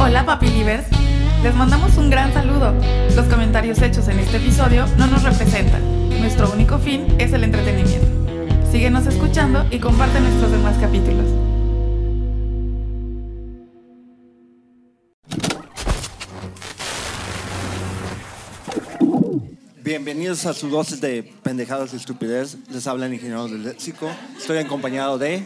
Hola Papilivers, les mandamos un gran saludo. Los comentarios hechos en este episodio no nos representan. Nuestro único fin es el entretenimiento. Síguenos escuchando y comparte nuestros demás capítulos. Bienvenidos a su dosis de pendejadas y estupidez. Les habla el ingeniero del léxico. Estoy acompañado de...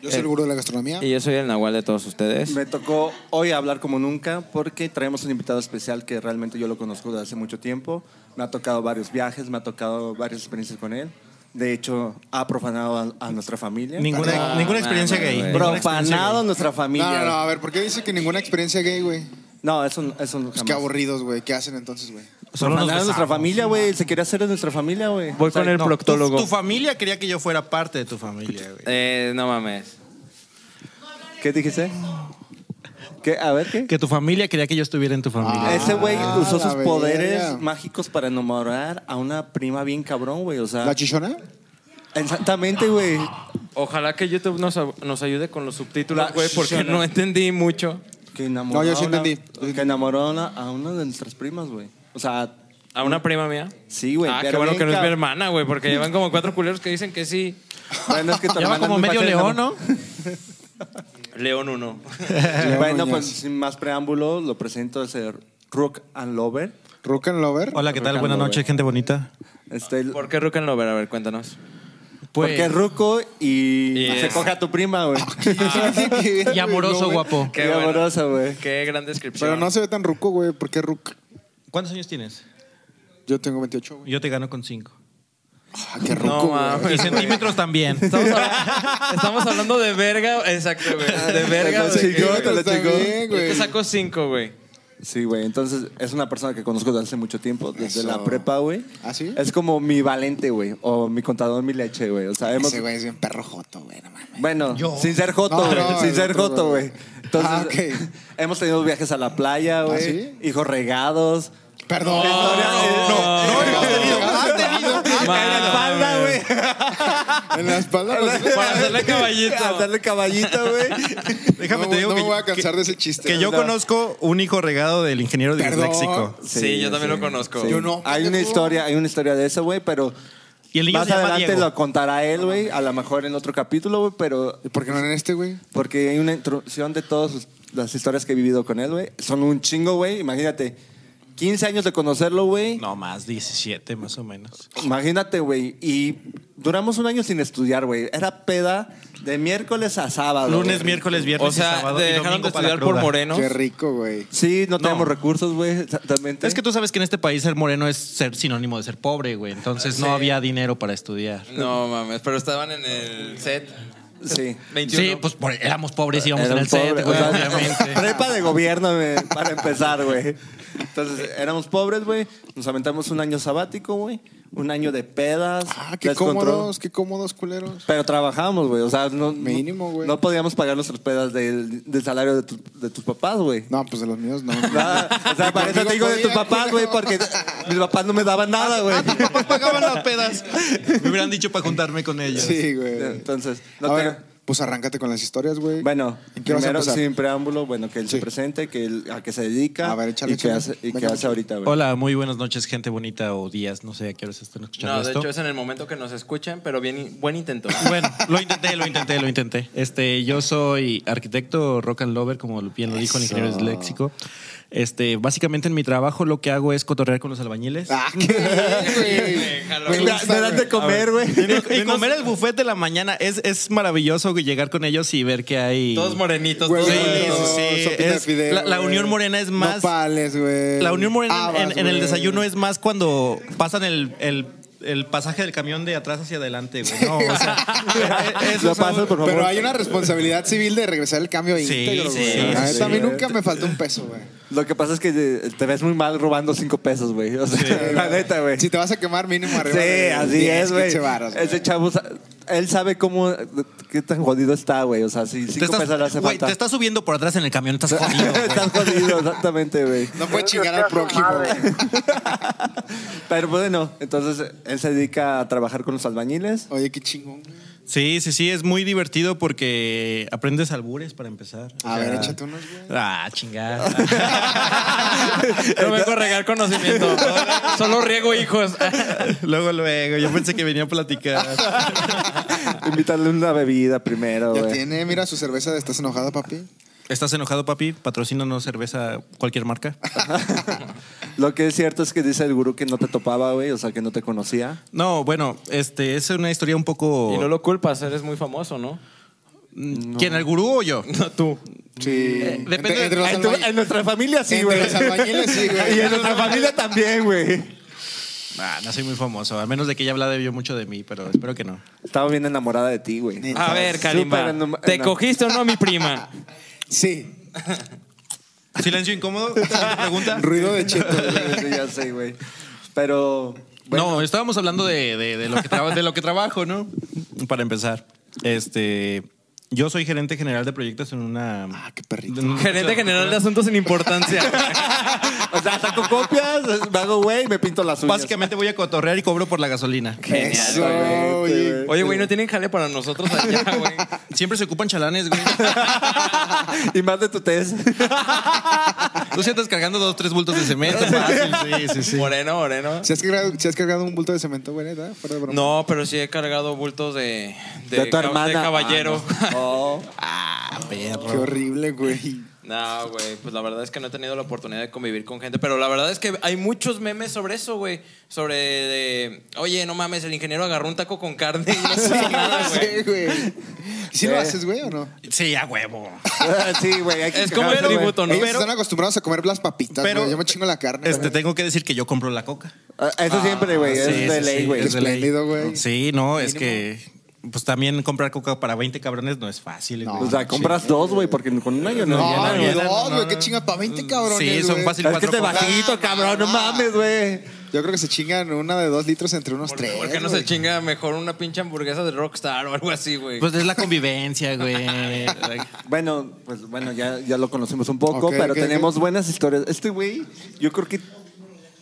Yo soy el gurú de la gastronomía. Y yo soy el Nahual de todos ustedes. Me tocó hoy hablar como nunca porque traemos un invitado especial que realmente yo lo conozco desde hace mucho tiempo. Me ha tocado varios viajes, me ha tocado varias experiencias con él. De hecho, ha profanado a, a nuestra familia. Ninguna, No, ninguna experiencia mames, gay. güey. Ninguna experiencia Profanado a gay. nuestra No, familia. no, no, a ver, ¿por qué dice que ninguna experiencia gay, güey? No, eso, no- eso no Pues jamás. qué aburridos, güey. ¿Qué hacen entonces, güey? Solo nos Profanar a nuestra besamos. familia, güey. Se quiere hacer de nuestra familia, güey. Voy con el No, proctólogo. Tu, tu familia quería que yo fuera parte de tu familia, güey. Eh, no mames. ¿Qué dijiste? ¿Qué? A ver, ¿qué? Que tu familia quería que yo estuviera en tu familia. Ese güey Ah, usó la sus poderes verga. mágicos para enamorar a una prima bien cabrón, güey. O sea, ¿La chichona? Exactamente, güey. Ojalá que YouTube nos, nos ayude con los La- subtítulos, güey, porque Shona. no entendí mucho. Que enamoró No, yo sí a una- entendí. Que enamoró a una, a una de nuestras primas, güey. O sea, ¿A una prima mía? Sí, güey, Ah, pero qué bueno bien que no es mi cab- hermana, güey, porque llevan como cuatro culeros que dicen que sí. bueno, es que tu Lleva hermana como es muy medio fácil de león, enamorar. ¿no? León 1. Bueno, Muñoz. pues sin más preámbulo, lo presento, es el Rook and Lover. ¿Rock and Lover? Hola, ¿qué tal? Arrancando, Buenas güey. noches, gente bonita. Este, ¿Por qué Rook and Lover? A ver, cuéntanos. Pues, Porque es ruco y Y se es- coge a tu prima, güey. Y amoroso, guapo. Qué amorosa, güey. Qué gran descripción. Pero no se ve tan ruco, güey. ¿Por qué rook? ¿Cuántos años tienes? Yo tengo 28, güey. Yo te gano con cinco. Ah, qué No ruco, güey. Y mames. centímetros también. Estamos hablando, estamos hablando de verga. Exacto, güey. Ah, De verga. Te lo de que- chingó, te lo Está chingó. bien, Yo te güey. saco cinco, güey. Sí, güey. Entonces, es una persona que conozco desde hace mucho tiempo, desde Eso. la prepa, güey. ¿Ah, sí? Es como mi valente, güey. O mi contador, mi leche, güey. O sea, hemos... Ese güey es bien perro joto, güey. No mames. Bueno, sin ser joto, No, güey. no, sin el ser otro, joto, güey. güey. Entonces, Ah, ok. hemos tenido viajes a la playa, güey. sí? Hijos regados. Perdón. No, no, hemos tenido. En la espalda, güey. En la espalda. pues, Para hacerle caballito. Para hacerle caballito, güey. Déjame no, te güey, digo no me que, voy a que- cansar de ese chiste. que yo No. conozco un hijo regado del ingeniero Perdón. disléxico. Sí, yo también lo conozco. Yo no, Hay una pendejo. historia, hay una historia de eso, güey, pero Y el niño más se llama adelante Diego. lo contará él, güey. A lo mejor en otro capítulo, güey, pero ¿Y por qué no en este, güey? Porque hay una introducción de todas sus- las historias que he vivido con él, güey. Son un chingo, güey. Imagínate, 15 años de conocerlo, güey. No, más 17 más o menos. Imagínate, güey. Y duramos un año sin estudiar, güey. Era peda de miércoles a sábado. Lunes, güey. miércoles, viernes O y sea, sábado. te y dejaron domingo de para la estudiar por cruda. morenos. Qué rico, güey. Sí, no No. tenemos recursos, güey, exactamente. Es que tú sabes que en este país ser moreno es ser sinónimo de ser pobre, güey. Entonces no había dinero para estudiar. No mames, pero estaban en el set. Sí. 21. Sí, pues por- éramos pobres y íbamos Era en un el set, pobre, güey, o sea, obviamente. Prepa de gobierno, güey, para empezar, güey. Entonces, éramos pobres, güey. Nos aventamos un año sabático, güey. Un año de pedas. Ah, qué descontrol. cómodos, qué cómodos, culeros. Pero trabajamos, güey. O sea, no, Mínimo, güey. No podíamos pagar nuestras pedas del, del salario de, tu- de tus papás, güey. No, pues de los míos no. Nada. O sea, para eso te digo de tus Conmigo papás, güey, podía, Ah, porque mis papás no me daban nada, güey. pagaban las pedas. Me hubieran dicho para juntarme con ellos. Sí, güey. Entonces, no a te- ver, pues arráncate con las historias, güey. Bueno, ¿En qué vas a primero, empezar? sin preámbulo, bueno, que él se Sí. presente, que él- a qué se dedica A ver, échale, y qué échale. hace, y qué Venga, hace ahorita, güey. Hola, muy buenas noches, gente bonita o días. No sé a qué horas están escuchando No, de esto. hecho es en el momento que nos escuchen, pero bien, buen intento. Bueno, lo intenté, lo intenté, lo intenté. Este, yo soy arquitecto rock and lover, como bien lo dijo el ingeniero disléxico. Este, básicamente en mi trabajo lo que hago es cotorrear con los albañiles. Ah, qué bien, güey. Me, Me me gusta, dan de güey. comer, güey. Y comer el buffet de la mañana es, es maravilloso llegar con ellos y ver que hay. Todos morenitos, Güey, todos Sí, güey, bonitos. sí, sí. sopita de Es- fideo, la- la güey. unión morena es más- Nopales, güey. La Unión Ah, Morena en- Habas, en, en el güey. desayuno es más cuando pasan el, el- el pasaje del camión de atrás hacia adelante, güey. No, o sea, eh, eso Lo es paso, algo- por favor. Pero hay una responsabilidad civil de regresar el cambio Sí, íntegro, sí, güey. sí, a mí sí, también güey. nunca me faltó un peso, güey. Lo que pasa es que te, te ves muy mal robando cinco pesos, güey. O sea, la neta, güey. Si te vas a quemar, mínimo arriba. Sí, de así 10, es, güey. 15 varos, güey. Ese chavo, sa- él sabe cómo, qué tan jodido está, güey. O sea, si Te cinco estás, pesos le hace güey, falta. te estás subiendo por atrás en el camión, estás jodido, güey. Estás jodido, exactamente, güey. No puede chingar al prójimo, güey. Pero bueno, entonces él se dedica a trabajar con los albañiles. Oye, qué chingón, güey. Sí, sí, sí, es muy divertido porque aprendes albures para empezar. A ver, échate unos, güey. Ah, chingada. No vengo a regar conocimiento. Solo riego hijos. luego, luego, yo pensé que venía a platicar. Invitarle una bebida primero, Ya güey. tiene, mira su cerveza de estás enojado, papi. ¿Estás enojado, papi? Patrocínanos cerveza, cualquier marca. Lo que es cierto es que dice el gurú que no te topaba, güey, o sea, que no te conocía. No, bueno, este es una historia un poco. mm, Y no lo culpas, eres muy famoso, ¿no? ¿Quién, el gurú o yo? No, tú. Sí. depende- Entre, entre los Ay, tú- albañiles. en nuestra familia sí, entre güey. los albañiles, sí, güey. Y en nuestra familia también, güey. Ah, no soy muy famoso, al menos de que ella hablaba yo mucho de mí, pero espero que no. Estaba bien enamorada de ti, güey. A ver, Súper Kalimba. enum- ¿Te enam- cogiste o no a mi prima? Sí. Silencio incómodo. siguiente Pregunta. Ruido de cheto. Sí, ya sé, güey. Pero. No, estábamos hablando de, de- de lo que traba- de lo que trabajo, ¿no? Para empezar, este, yo soy gerente general de proyectos en una. Ah, qué perrito. en un- Gerente general de asuntos sin importancia. O sea, saco copias, me hago güey y me pinto las uñas. Básicamente voy a cotorrear y cobro por la gasolina. Eso, Exactamente, oye. Oye, güey, no tienen jale para nosotros allá, güey. Siempre se ocupan chalanes, güey. Y más de tu test. Tú sientas cargando dos, tres bultos de cemento. Fácil, sí, sí, sí. Moreno, moreno. ¿Si has, cargado, si has cargado un bulto de cemento, güey, neta? Fuera de broma. No, pero sí he cargado bultos de, de, De tu ca- hermana. de caballero. Ah, no. Oh. Qué horrible, güey. No, güey, pues la verdad es que no he tenido la oportunidad de convivir con gente, pero la verdad es que hay muchos memes sobre eso, güey. Sobre de, oye, no mames, el ingeniero agarró un taco con carne y no puso nada, güey. Sí, güey. ¿Sí lo Eh. haces, güey, o no? Sí, a huevo. sí, güey. hay que Es como quejarse, el güey. tributo, ¿no? Ellos Pero- están acostumbrados a comer las papitas, Pero- pero yo me chingo la carne. Este, güey. tengo que decir que yo compro la coca. Ah, Eso siempre, güey. Sí, es de sí, ley, sí, güey. es de ley. Espléndido, güey. Sí, no, es que pues también comprar coca para 20 cabrones no es fácil. No. güey. o sea, compras dos, güey, porque con una yo no. No, llena, güey, llena, dos, no, güey, no, qué no. chinga pa' 20 cabrones. Sí, son güey. fácil es que cuatro te coca. bajito, cabrón, no mames, güey. Yo creo que se chingan una de dos litros entre unos tres. ¿Por qué no se güey. chinga mejor una pinche hamburguesa de Rockstar o algo así, güey? Pues es la convivencia, güey. Bueno, pues bueno, ya, ya lo conocimos un poco, Ok, pero ok, tenemos buenas historias. Este güey, yo creo que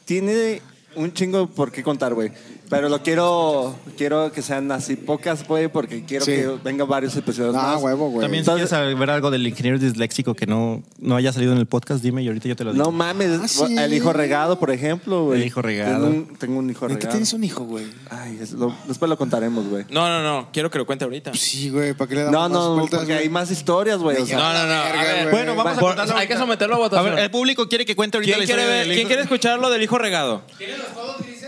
tiene un chingo por qué contar, güey. Pero lo quiero, quiero que sean así pocas, güey, porque quiero Sí. que vengan varios episodios Ah, más. huevo, güey. También si quieres saber algo del ingeniero disléxico que no, no haya salido en el podcast, dime y ahorita yo te lo digo. No mames, Ah, sí. el hijo regado, por ejemplo, güey. El hijo regado. Tengo un, tengo un hijo ¿De qué regado. tienes un hijo, güey? Ay, es lo- después lo contaremos, güey. No, no, no, quiero que lo cuente ahorita. Sí, güey, ¿para qué le No, damos más no, vueltas, porque güey? hay más historias, güey. o sea. No, no, no. a Verga, ver, güey. Bueno, vamos a por- contarlo hay que ahorita. someterlo a A votación. ver, el público quiere que cuente ahorita ¿Quién, la quiere, historia ver- del hijo- ¿Quién quiere escuchar lo del hijo regado? ¿Tiene los codos grises?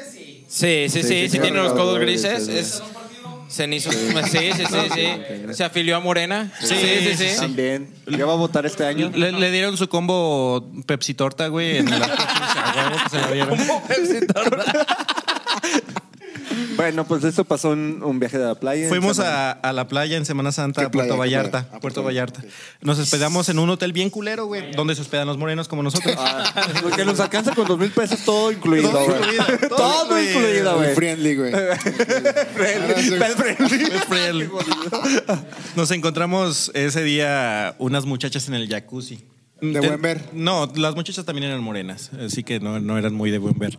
Sí, sí, sí, sí, sí, tiene los codos codos grises. grises, Es cenizo. Sí, sí, sí, sí. Se afilió a Morena. Sí, sí, sí. También. Ya va a votar este año. Le, le dieron su combo Pepsi torta, güey. En la... A huevo que se la dieron. Bueno, pues esto pasó en un viaje de la playa. en Fuimos Semana- a, a la playa en Semana Santa, ¿Qué a Puerto playa, qué Vallarta. playa? Ah, Puerto Puerto Vallarta. Nos hospedamos en un hotel bien culero, güey, donde se hospedan los morenos como nosotros. Ah. Que Ah, nos alcanza con dos mil pesos todo incluido, Todo güey. incluido, todo Todo incluido. incluido, Muy güey. friendly, güey. ah, Pet friendly. Nos encontramos ese día unas muchachas en el jacuzzi. ¿De Ten- buen ver? No, las muchachas también eran morenas, así que no, no eran muy de buen ver.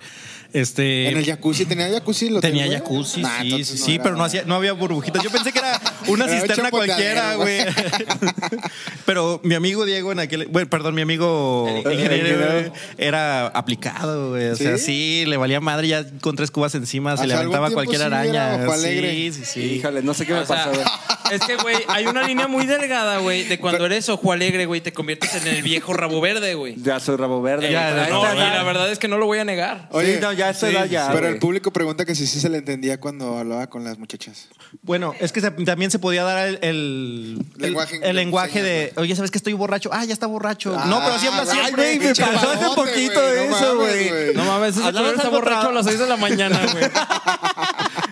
Este, En el jacuzzi, ¿tenía jacuzzi? el hotel, tenía güey? jacuzzi, Nah, sí, entonces sí, sí, era, pero no, güey. hacía, no había burbujitas. Yo pensé que era una Era un cisterna cualquiera, chapoteadero, güey. pero mi amigo Diego en aquel, bueno, perdón, mi amigo ingeniero ingeniero. era aplicado, güey. O sea, sí, le valía madre ya con tres cubas encima, se Hace le algún aventaba tiempo cualquier sí era araña. ojo alegre. Sí, sí, sí. Híjole, no sé qué me O sea, pasó. güey. es que, güey, hay una línea muy delgada, güey, de cuando eres ojo alegre, güey, te conviertes en el viejo rabo verde, güey. Ya soy rabo verde. Ya, güey. no, A esta No, y edad- la verdad es que no lo voy a negar. sí, no, ya a esta sí, edad ya. Pero güey. el público pregunta que si sí se le entendía cuando hablaba con las muchachas. Bueno, es que se- también se podía dar el, el, Lenguaje el, el lenguaje señas, de, oye, ¿sabes que estoy borracho? Ah, ya está borracho. Ah, no, pero así habla güey, siempre. Ay, güey, me pinche pasó hace babote, poquito güey, no eso, mames, güey. No mames, ese Hablabas cabrón está algo borracho tra- a las 6 de la mañana, güey.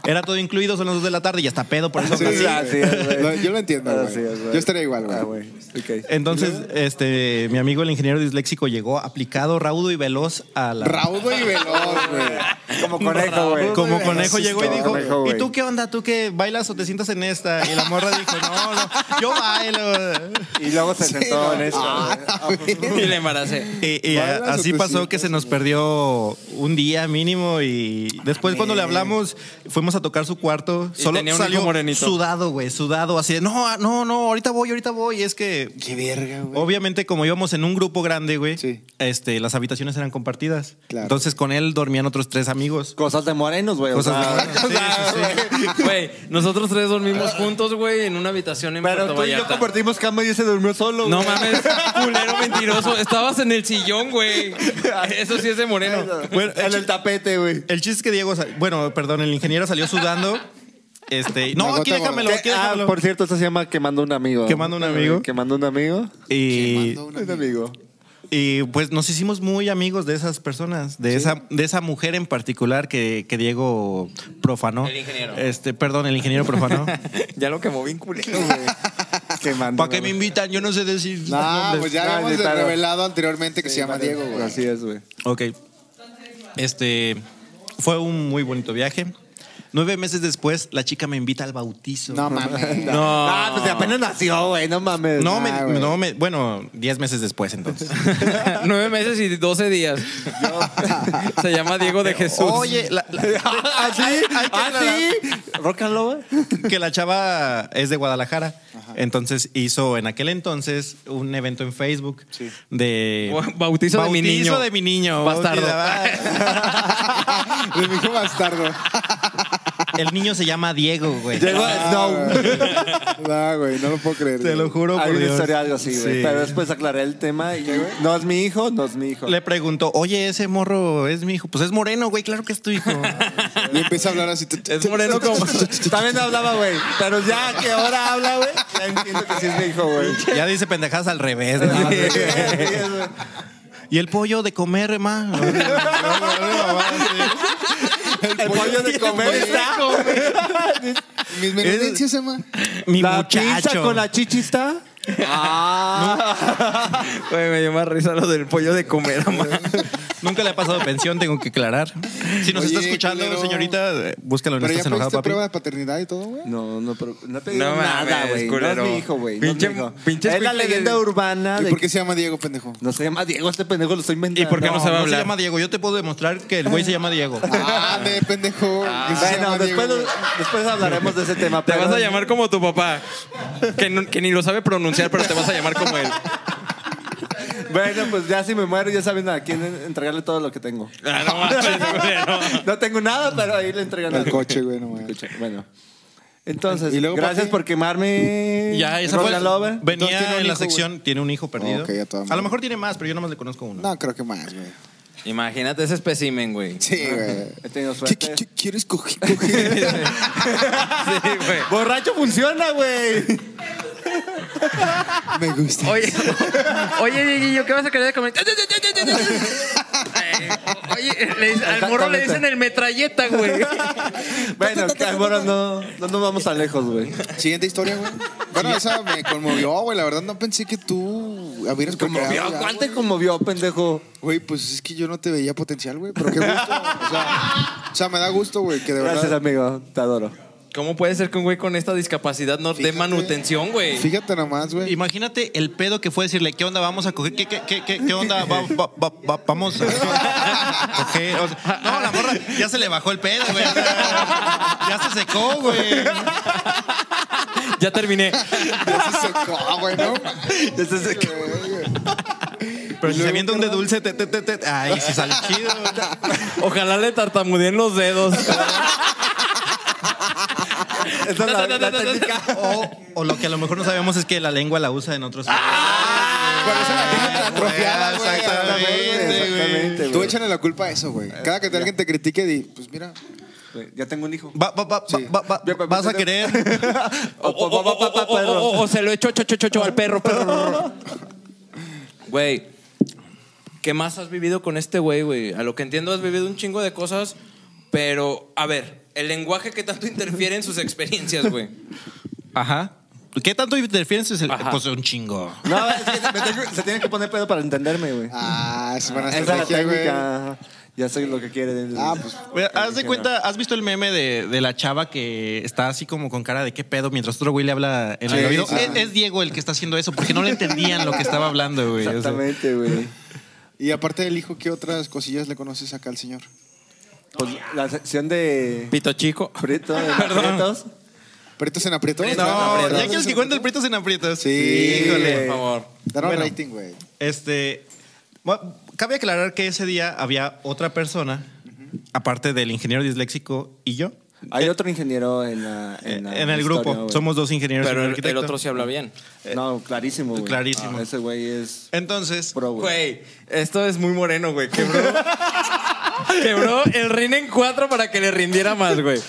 Era todo incluido, son las 2 de la tarde y ya está pedo, por eso. Sí, habla así. ya, güey. sí, es, güey. Lo- yo lo entiendo, Ah, güey. sí, es, Yo estaría igual, güey. Ah, güey. ok. Entonces, este, mi amigo el ingeniero disléxico llegó aplicado, raudo y veloz a la... Raudo y veloz, güey. Como conejo, güey. Como conejo Sí, llegó y como dijo, conejo, güey. ¿y tú qué onda? ¿Tú qué bailas o te sientas en esta? Y la morra dijo, no, no, yo bailo. Y luego se sentó en esto. ah. güey. Y le embaracé. Y, y a- ¿Bailas o así te pasó que se nos perdió un día mínimo y después cuando le hablamos fuimos a tocar su cuarto, Y solo tenía un hijo salió morenito. sudado, güey, sudado, así de, no, ah, no, no, ahorita voy, ahorita voy, y es que Qué verga, güey. obviamente como íbamos en un grupo grande, güey, Sí. este, las habitaciones eran compartidas. Claro. Entonces con él dormían otros tres amigos. Cosas de morenos, güey. o sea, Cosas de- Sí, sí, sí. Güey, nosotros tres dormimos juntos, güey, en una habitación en Pero Puerto tú y yo Vallarta. compartimos cama y se durmió solo, no güey. mames, culero mentiroso. Estabas en el sillón, güey. Eso sí es de moreno. Bueno, en el tapete, güey. El chiste es que Diego, sal- bueno, perdón, el ingeniero salió sudando. Este, no, La aquí gota déjamelo, Que- aquí ah, déjamelo. por cierto, esto se llama Quemando un amigo. Quemando un amigo. Quemando un amigo. Y, Mando una- Un amigo. y, pues nos hicimos muy amigos de esas personas, de esa de esa mujer en particular que, que Diego profanó. El ingeniero. Este, perdón, el ingeniero profanó. Ya lo quemó bien culero. Quemando. ¿Para qué me invitan? Yo no sé decir. Nah, nombres. pues ya Ah, habíamos sí, claro. revelado anteriormente que se llama Diego, güey. Así es, güey. Ok. Este fue un muy bonito viaje. Nueve meses después, la chica me invita al bautizo. No mames. No. Ah, pues apenas nació, güey. No mames. No, Ah, me- güey. no me- bueno, diez meses después entonces. Nueve meses y doce días. Se llama Diego de Jesús. Ah, Oye, la- la- Ah, ¿Así? hay que ¿Así? ¿Rock and roll, güey? que la chava es de Guadalajara. Entonces hizo en aquel entonces un evento en Facebook de Bautizo de mi niño. de mi niño. Bastardo. De mi hijo bastardo. El niño se llama Diego, güey. Llegó. no. Ah, No, güey, no lo puedo creer. güey. Te lo juro Hay por una Dios. historia algo así, güey. Sí. Pero después aclaré el tema y no es mi hijo, no es mi hijo. Le preguntó, oye, ese morro es mi hijo. Pues es moreno, güey, claro que es tu hijo. Y empieza a hablar así. Es moreno como- También hablaba, güey. Pero ya que ahora habla, güey, ya entiendo que sí es mi hijo, güey. ya dice pendejadas al revés. ¿no? y el pollo de comer, ma. El pollo de comer está. Mis menudencias, Emma. mi La pizza muchacho. con la chichi está. Ah. Güey, me dio más risa lo del pollo de comer, mamá. Nunca le ha pasado pensión, tengo que aclarar. Si nos Oye, está escuchando, culero. señorita, eh, búscalo en Pero ya Estás Enojado, pediste Papi. prueba de paternidad y todo, güey. No, no, pero no he No pedido mames, nada, güey. No es culero. mi hijo, güey. No es Pinche- mi hijo. pinche es la escuincle. leyenda urbana ¿Y de por qué se llama Diego, pendejo? No se llama Diego, este pendejo lo estoy inventando. ¿Y por qué no No, se va a no se hablar? llama Diego. Yo te puedo demostrar que el güey se llama Diego. Ah, de pendejo. que Ah. se Bueno, llama después, Diego, güey. después hablaremos de ese tema. Ah, Te pero- vas a llamar como tu papá, que, no- que ni lo sabe pronunciar, pero te vas a llamar como él. Bueno, pues ya si me muero, ya saben a quién entregarle todo lo que tengo. Ah, no manches, güey, no. No tengo nada, pero ahí le entregan El algo. coche, güey, no mames. Escucha, Bueno. Entonces, ¿Y luego, gracias papi? por quemarme. Ya, esa Rock fue. and Lover. Venía Entonces, ¿tiene un en la hijo, sección, tiene un hijo perdido. Ok, ya toda a madre. lo mejor tiene más, pero yo nomás le conozco uno. No, creo que más, güey. Imagínate ese espécimen, güey. Sí, Sí, güey. He tenido ¿Qué- Ah. Este, suerte. qué- qué ¿Quieres coger? coger? güey. Borracho funciona, güey. Me gusta. Oye, oye, Dieguillo, ¿qué vas a querer de comer? Oye, le dice- al morro le dicen el metralleta, güey. Bueno, que ahora no, no nos vamos a lejos, güey. Siguiente historia, güey. Bueno, esa me conmovió, güey. La verdad no pensé que tú hubieras Conmovió. procreado ya, ¿Cuál güey. te conmovió, pendejo? Güey, pues es que yo no te veía potencial, güey. Pero qué gusto. O sea, o sea, me da gusto, güey, que de verdad. Gracias, amigo. Te adoro. ¿Cómo puede ser que un güey con esta discapacidad no dé Fíjate. manutención, güey? Fíjate nomás, güey. Imagínate el pedo que fue decirle, ¿qué onda vamos a coger? ¿Qué, qué, qué, qué, qué onda va- va- va- va- vamos a coger? O sea, no, la morra ya se le bajó el pedo, güey. O sea, Ya se secó, güey. Ya terminé. Ya se secó, güey, ¿no? Ya se secó. Pero si se viene un de dulce, te, te, te, te- ay, si sale chido. Ojalá le tartamudeen los dedos. Esa es la, la técnica. O, o lo que a lo mejor no sabemos es que la lengua la usa en otros. Por eso la gente está atrofiada, güey. Ah, Exactamente, güey. Ah, Exactamente, Tú güey. échale la culpa a eso, güey. Cada que alguien te critique, di, pues mira. Güey, Ya tengo un hijo. Va- va- va- va- va- va- vas a querer. Oh, O, o- o- o- o- o- o- o- o se lo echó cho, cho, cho, cho, al perro. perro. Güey, ¿qué más has vivido con este güey, güey? A lo que entiendo has vivido un chingo de cosas, pero a ver, el lenguaje que tanto interfiere en sus experiencias, güey. Ajá. ¿Qué tanto interfieres? Es el- Ajá. Pues un chingo. No, es que me tengo- se tiene que poner pedo para entenderme, güey. Ah, es buena Esa es la estrategia, güey. técnica. Ya sé lo que quiere. el- Ah, pues. Güey, Haz de cuenta, ¿has visto el meme de, de la chava que está así como con cara de qué pedo mientras otro güey le habla en el Sí, oído? sí, Es, sí. es Diego el que está haciendo eso porque no le entendían lo que estaba hablando, güey. O sea, Exactamente, güey. Y aparte del hijo, ¿qué otras cosillas le conoces acá al señor? Pues la sección de Pito chico. Prieto, de Prietos. ¿Pretos en aprieto? Prietos en No, aprietos. ya quieres que cuente el prietos en aprietos. Sí. Híjole. Por favor. Danos Bueno. rating, güey. Este, bueno, cabe aclarar que ese día había otra persona, aparte del ingeniero disléxico y yo, Hay otro ingeniero en, la- eh, en, la en el grupo. historia, güey. Somos dos ingenieros y Pero un el, el arquitecto. otro sí habla bien. No, clarísimo, güey. Clarísimo. Ah, ese güey es Entonces, pro, güey. Güey, esto es muy moreno, güey. Quebró. Quebró el rin en cuatro para que le rindiera más, güey.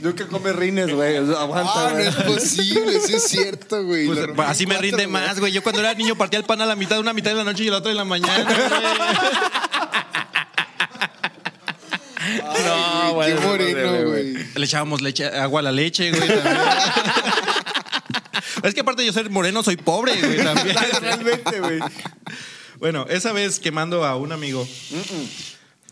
Nunca come rines, güey. Aguanta, Ah, no güey. es posible, sí es cierto, güey. pues, Lo rompí así en me cuatro, rinde más, güey. Yo cuando era niño partía el pan a la mitad, una mitad de la noche y la otra de la mañana. güey. Ay, No, güey, Qué bueno, moreno, güey. Le echábamos leche, agua a la leche, güey. también. es que aparte de yo ser moreno, soy pobre, güey, también. Realmente, güey. Bueno, esa vez que mando a un amigo.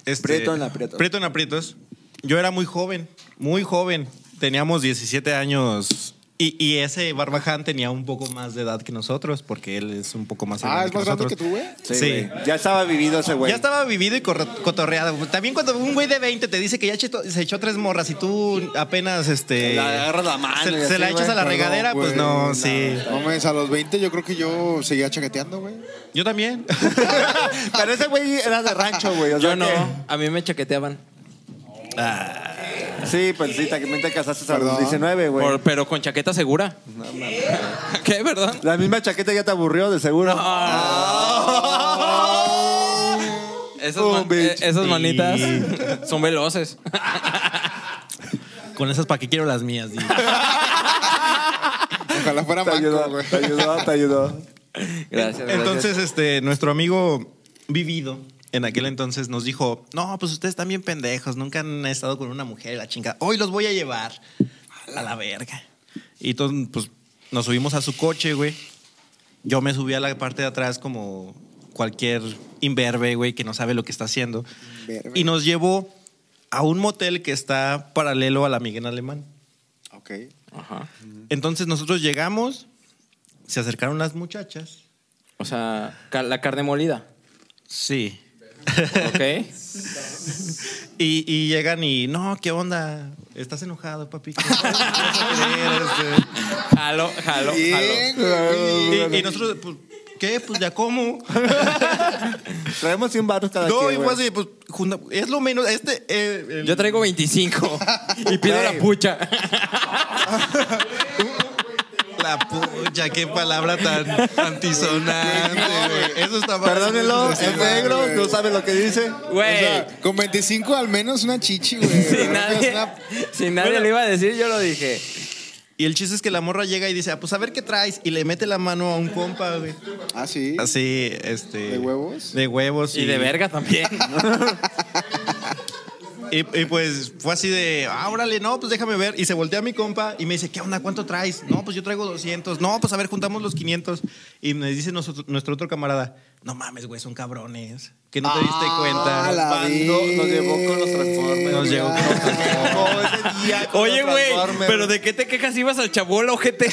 este, Prieto en aprietos. Prieto en aprietos. Yo era muy joven, muy joven. Teníamos 17 años. Y, y ese Barbaján tenía un poco más de edad que nosotros, porque él es un poco más Ah, ¿es más grande nosotros. que tú, güey? Sí. Sí. güey. Ya estaba vivido ese güey. Ya estaba vivido y corre- cotorreado. También cuando un güey de 20 te dice que ya cheto- se echó tres morras y tú apenas este Le agarras la mano y se, así, se la güey, echas a la perdón, regadera, pues güey, no, no. sí. No mames, a los 20 yo creo que yo seguía chaqueteando, güey. Yo también. Pero ese güey era de rancho, güey. o sea Yo no. que- A mí me chaqueteaban. Sí, pues sí, también te casaste a los Perdón. 19, güey. Por- pero con chaqueta segura. ¿Qué, verdad? La misma chaqueta ya te aburrió, de seguro. Esas, Oh, man- bitch. eh, esas Sí. manitas son veloces. Con esas para qué quiero las mías. digo. Ojalá fuera Te manco, ayudó, güey. te ayudó, te ayudó. Gracias. gracias. Entonces, este, nuestro amigo vivido en aquel entonces nos dijo, no, pues ustedes están bien pendejos, nunca han estado con una mujer, y la chingada. Hoy los voy a llevar a la verga. Y entonces, pues, nos subimos a su coche, güey. Yo me subí a la parte de atrás como cualquier imberbe, güey, que no sabe lo que está haciendo. Imberbe. Y nos llevó a un motel que está paralelo a la Miguel Alemán. Ok. Ajá. Entonces nosotros llegamos, se acercaron las muchachas. O sea, ca- la carne molida. Sí. ¿Ok? Y, y llegan y, no, ¿qué onda? ¿Estás enojado, papi? ¿Qué onda? ¿Qué vas a querer, este? Jalo, jalo, jalo. Bien, güey. y, y nosotros, pues, ¿qué? Pues ya como. Traemos 100 baros cada No, quien, y güey. fue así, pues, junta- es lo menos. Este. eh, el- Yo traigo 25 y pido la Güey. pucha. La pucha, qué palabra tan antisonante, güey. Eso está mal. Perdónenlo, Sí, es güey. negro, no sabe lo que dice. Güey, O sea, con 25 al menos una chichi, güey. si Al menos nadie, una- si nadie Bueno. le iba a decir, yo lo dije. Y el chiste es que la morra llega y dice, ah, pues a ver qué traes. Y le mete la mano a un compa, güey. Ah, sí. Así, este. ¿De huevos? De huevos. Y de verga también. Y, y, pues fue así de, ah, órale, no, pues déjame ver. Y se voltea a mi compa y me dice, ¿qué onda? ¿Cuánto traes? No, pues yo traigo 200. No, pues a ver, juntamos los 500. Y me dice nosotros- nuestro otro camarada, no mames, güey, son cabrones. Que no te diste cuenta. Ah, la Bando, nos llevó con los Transformers. Nos llevó con los Oye, güey, pero ¿de qué te quejas ibas al chabola, ojete?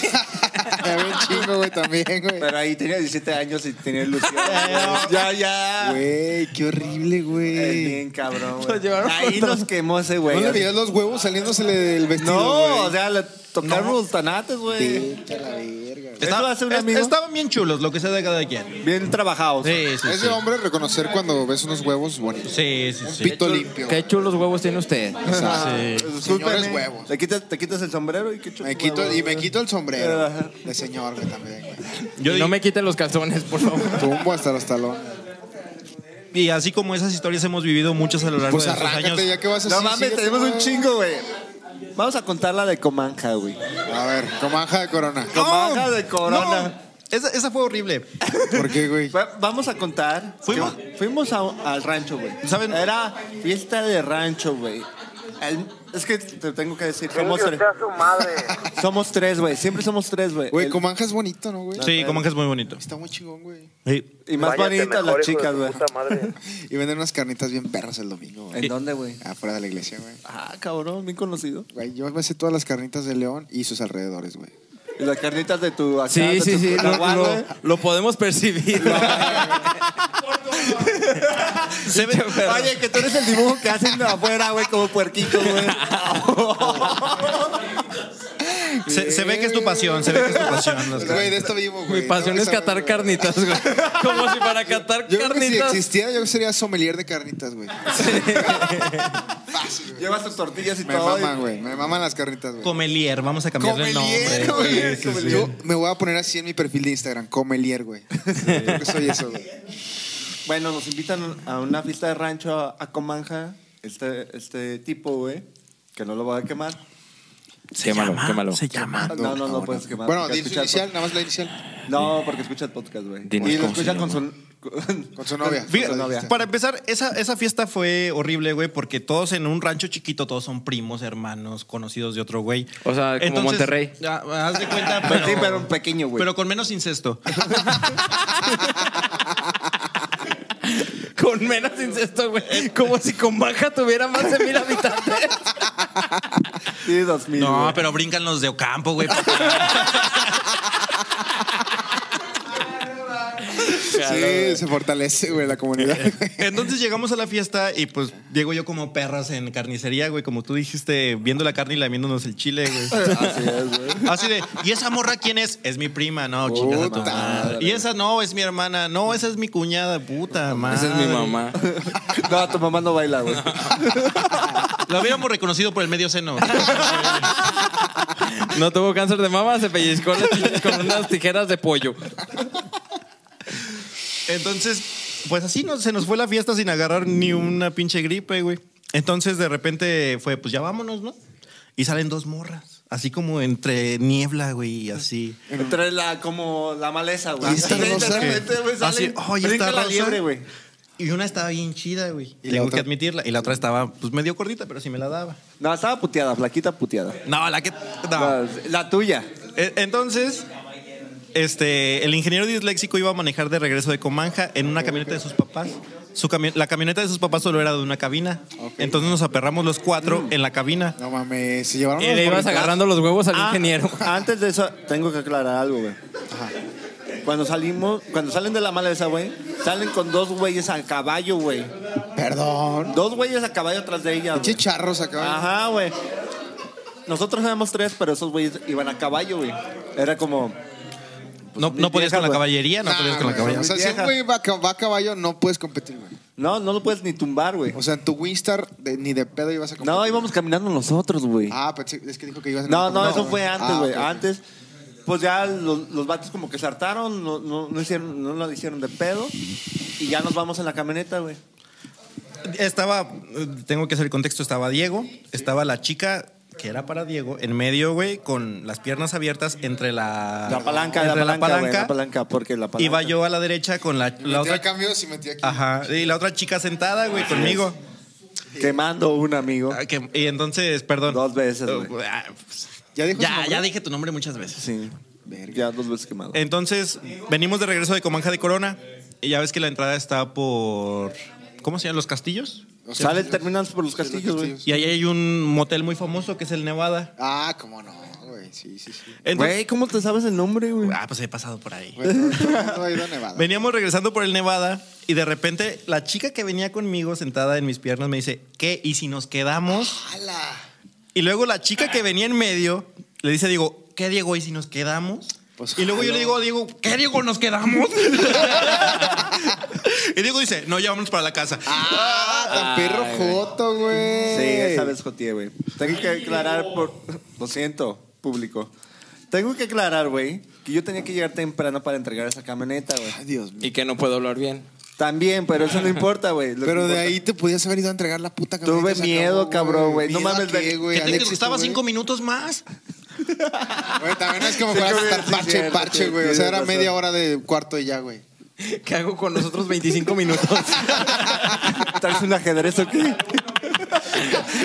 Me había un chingo, güey, también, güey. Pero ahí tenía 17 años y tenía ilusión. güey. ya, ya. Güey, qué horrible, Es güey. bien cabrón, Nos güey. llevaron Ahí con- nos quemó ese ¿No güey. le veías los huevos saliéndosele del vestido, No, güey? o sea, le tocaron los tanates, güey. Vete a la verga, güey. Eso hace un Es- amigo. Estaban bien chulos, lo que sea de cada quien. Bien trabajados. Sí, sí, Es sí. de hombre reconocer cuando ves unos huevos bonitos. Sí, sí, sí. Pito limpio. Qué chulos huevos tiene usted. Sí. Discúlpeme. Señores huevos. Te quitas, te quitas el sombrero y qué chup- Me quito, y me quito el sombrero Ajá. de señor, güey, también, güey. Yo Y no di- me quiten los calzones, por favor. Tumbo hasta los talones. Y así como esas historias hemos vivido muchas a lo largo Pues de estos años. arráncate, ya que vas a No mames, tenemos un chingo. chingo, güey. Vamos a contar la de Comanja, güey. A ver, comanja de corona. ¡No! Comanja de Corona. ¡No! Esa, esa fue horrible. ¿Por qué, güey? Va- Vamos a contar. Fuimos- que fuimos a- al rancho, güey. ¿Saben? Era fiesta de rancho, güey. El- Es que te tengo que decir, somos Chingue tres. usted a su madre. Somos tres, güey. Siempre somos tres, güey. Güey, El- Comanja es bonito, ¿no, güey? Sí, como que es muy bonito. Está muy chingón, güey. Sí. Y más Váyase bonitas las mejor, hijo de chicas, su güey. puta madre. Y venden unas carnitas bien perras el domingo, güey. ¿En dónde, güey? Afuera de la iglesia, güey. Ah, cabrón, bien conocido. Güey, yo me sé todas las carnitas de León y sus alrededores, güey. Y las carnitas de tu acá, Sí, de sí, tu- sí. la Lo, guan, lo- güey. lo podemos percibir. Se ve- Oye, que tú eres el dibujo que hacen afuera, güey, como puerquito, güey. se- se ve que es tu pasión, se ve que es tu pasión. las Pues, güey, de esto vivo, Mi güey. pasión No, es esa- catar carnitas, güey. Como si para catar Yo creo que si carnitas. existiera, yo sería sommelier de carnitas, güey. Llevas tus tortillas y Me todo. maman, güey. Me maman las carnitas, güey. Comelier, vamos a cambiarle el nombre. Comelier, güey. Yo me voy a poner así en mi perfil de Instagram, Comelier, güey. Creo que soy eso, güey. y- Bueno, nos invitan a una fiesta de rancho a, a Comanja, este, este tipo, güey, que no lo voy a quemar. Quémalo, quémalo. Se llama. No, no, pues, no, puedes quemar. Bueno, porque di su escucha el inicial, pod- nada más la inicial. No, porque escucha el podcast, güey. Dinos Y lo cómo se escucha llama. con su... con- Con su novia. Fíjate, Con su novia. para empezar, esa, esa fiesta fue horrible, güey, porque todos en un rancho chiquito, todos son primos, hermanos, conocidos de otro güey. O sea, como Monterrey. ah, haz de cuenta, Pues pero, sí, pero un pequeño, güey. pero con menos incesto. Con menos incesto, güey. Como si con baja tuviera más de mil habitantes. Sí, dos mil, No, güey. pero brincan los de Ocampo, güey. Sí, se fortalece, güey, la comunidad. Entonces llegamos a la fiesta y pues Diego y yo como perras en carnicería, güey, como tú dijiste, viendo la carne y lamiéndonos el chile, güey. Así es, güey. Así de, ¿y esa morra quién es? Es mi prima, no, chingas a tu Puta madre. Y esa no, es mi hermana, no, esa es mi cuñada, puta madre. Esa es mi mamá. No, tu mamá no baila, güey. La hubiéramos reconocido por el medio seno. No tuvo cáncer de mama, se pellizcó las chichis con unas tijeras de pollo. Entonces, pues así no, se nos fue la fiesta sin agarrar ni una pinche gripe, güey. Entonces, de repente fue, pues ya vámonos, ¿no? Y salen dos morras, así como entre niebla, güey, y así. Entre la, como la maleza, güey. Y esta Sí, Ah, rosa, literalmente, güey, sale, Así, Ah, oye, brinca esta la rosa. liebre, güey. Y una estaba bien chida, güey. ¿Y la Tengo otra? que admitirla. Y la otra estaba, pues medio gordita, pero sí me la daba. No, estaba puteada, flaquita puteada. No, la que. no. La, la tuya. E- Entonces, este, el ingeniero disléxico iba a manejar de regreso de Comanja en una camioneta de sus papás. Su cami- la camioneta de sus papás solo era de una cabina. Entonces nos aperramos los cuatro Mm. en la cabina. No mames, se llevaron Y los le ibas morritos. agarrando los huevos al Ah. ingeniero. Antes de eso, tengo que aclarar algo, güey. Cuando salimos, cuando salen de la maleza, güey, salen con dos güeyes a caballo, güey. Perdón. Dos güeyes a caballo atrás de ellas. güey. Chicharros acá. Ajá, güey. Nosotros éramos tres, pero esos güeyes iban a caballo, güey. Era como. Pues No, no viejas, podías con la güey. caballería, no podías Ah, con la güey, caballería. O sea, si un Vieja. güey va, a ca- va a caballo, no puedes competir, güey. No, no lo puedes ni tumbar, güey. O sea, en tu Winstar de- ni de pedo ibas a competir. No, íbamos caminando nosotros, güey. Ah, pensé, es que dijo que ibas a No, no, eso fue antes, Ah, güey. ok. Antes, pues ya los, los vatos como que saltaron, no, no, no hicieron, no lo hicieron de pedo. Y ya nos vamos en la camioneta, güey. Estaba, eh, tengo que hacer el contexto, estaba Diego, estaba la chica que era para Diego, en medio, güey, con las piernas abiertas entre la... La palanca, Ah, la entre palanca, güey, la palanca, porque la palanca. Iba yo a la derecha con la, la Metí otra... a cambio si metí aquí. Ajá, y la otra chica sentada, güey, conmigo. Quemando un amigo. Ah, que- y entonces, perdón. Dos veces, güey. Ah, pues, ¿Ya dijo su ya, nombre? ya dije tu nombre muchas veces. Sí. Ya dos veces quemado. Entonces, venimos de regreso de Comanja de Corona. Y ya ves que la entrada está por. ¿Cómo se llaman? ¿Los castillos? O sea, Sale, yo- terminan por los de los castillos, güey. castillos. Y ahí hay un motel muy famoso que es el Nevada. Ah, cómo no, güey. Sí, sí, sí. Entonces- Güey, ¿cómo te sabes el nombre, güey? ah, pues he pasado por ahí. Güey, todo- todo el mundo ha ido a Nevada. Veníamos regresando por el Nevada y de repente la chica que venía conmigo sentada en mis piernas me dice, ¿qué? ¿Y si nos quedamos? ¡Hala! Y luego la chica que venía en medio le dice a Diego, ¿qué Diego? ¿Y si nos quedamos? Pues, y luego yo le digo a Diego, ¿qué Diego? ¿Nos quedamos? y Diego dice, no, ya vámonos para la casa. ¡Ah! Tan perro joto, güey. Sí, esa vez jotié, güey. Tengo que aclarar por... Lo siento, público. Tengo que aclarar, güey, que yo tenía que llegar temprano para entregar esa camioneta, güey. Ay, Dios mío. Y que no puedo hablar bien. También, pero eso no importa, güey. Lo que Pero de importa- ahí te podías haber ido a entregar la puta Tuve camioneta, se miedo, acabó, cabrón, güey. No ¿Miedo a mames, qué, de- güey. que te Alexis, costaba tú, güey. cinco minutos más. Güey, también es como Sí, fueras a güey, estar sí, parche, cierto, parche, tienes- güey. O sea, tienes era razón. media hora de cuarto y ya, güey. ¿Qué hago con los otros 25 minutos? ¿Traes un ajedrez o qué?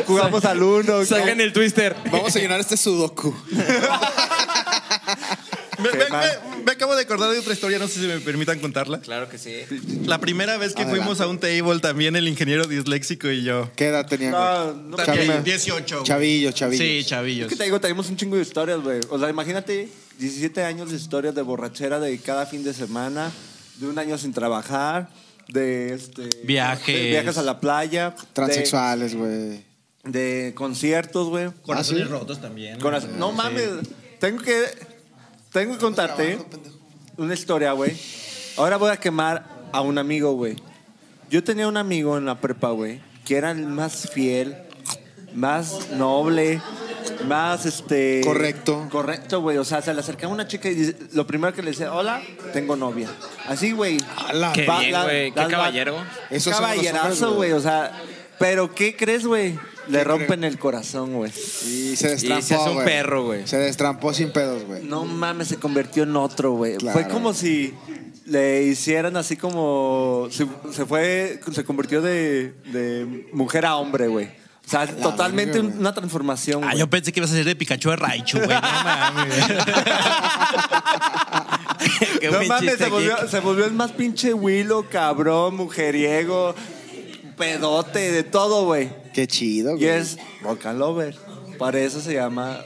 Jugamos al uno. Sacan el twister. Vamos a llenar este sudoku. Me, Qué me- mal. me- me acabo de acordar de otra historia, no sé si me permitan contarla. Claro que sí. La primera vez que Adelante. fuimos a un table también el ingeniero disléxico y yo. ¿Qué edad tenía? No, Ah, güey? no, Chavi- También, 18. güey. Chavillo, chavillo. Sí, Es chavillos. que te digo, tenemos un chingo de historias, güey. O sea, imagínate 17 años de historias de borrachera de cada fin de semana, de un año sin trabajar, de este. Viajes. de viajes a la playa. de- Transexuales, güey. De, conciertos, güey. Corazones ¿Ah, sí? rotos también. Coraz- No mames. Tengo que. Tengo que contarte una historia, güey. Ahora voy a quemar a un amigo, güey. Yo tenía un amigo en la prepa, güey, que era el más fiel, más noble, más este. Correcto. Correcto, güey. O sea, se le acercaba una chica y dice- lo primero que le decía, hola, tengo novia. Así, güey. Ah, Qué Va- bien, la- güey. Qué las va- caballero. Esos son los Caballerazo, hombres, güey. O sea, pero ¿qué crees, güey? Le ¿Qué rompen el corazón, güey. Y se destrampó, Y se hace un güey. perro, güey. Se destrampó sin pedos, güey. No mames, se convirtió en otro, güey. Claro. Fue como si le hicieran así como. Se, se fue. Se convirtió de, de mujer a hombre, güey. O sea, totalmente verga, güey. una transformación. Ah, güey. yo pensé que ibas a ser de Pikachu de Raichu, güey. No mames. Qué no buen mames, chiste se aquí. volvió, se volvió el más pinche Willow, cabrón, mujeriego, pedote, de todo, güey. Qué chido, Y güey. es Rock and Lover. Para eso se llama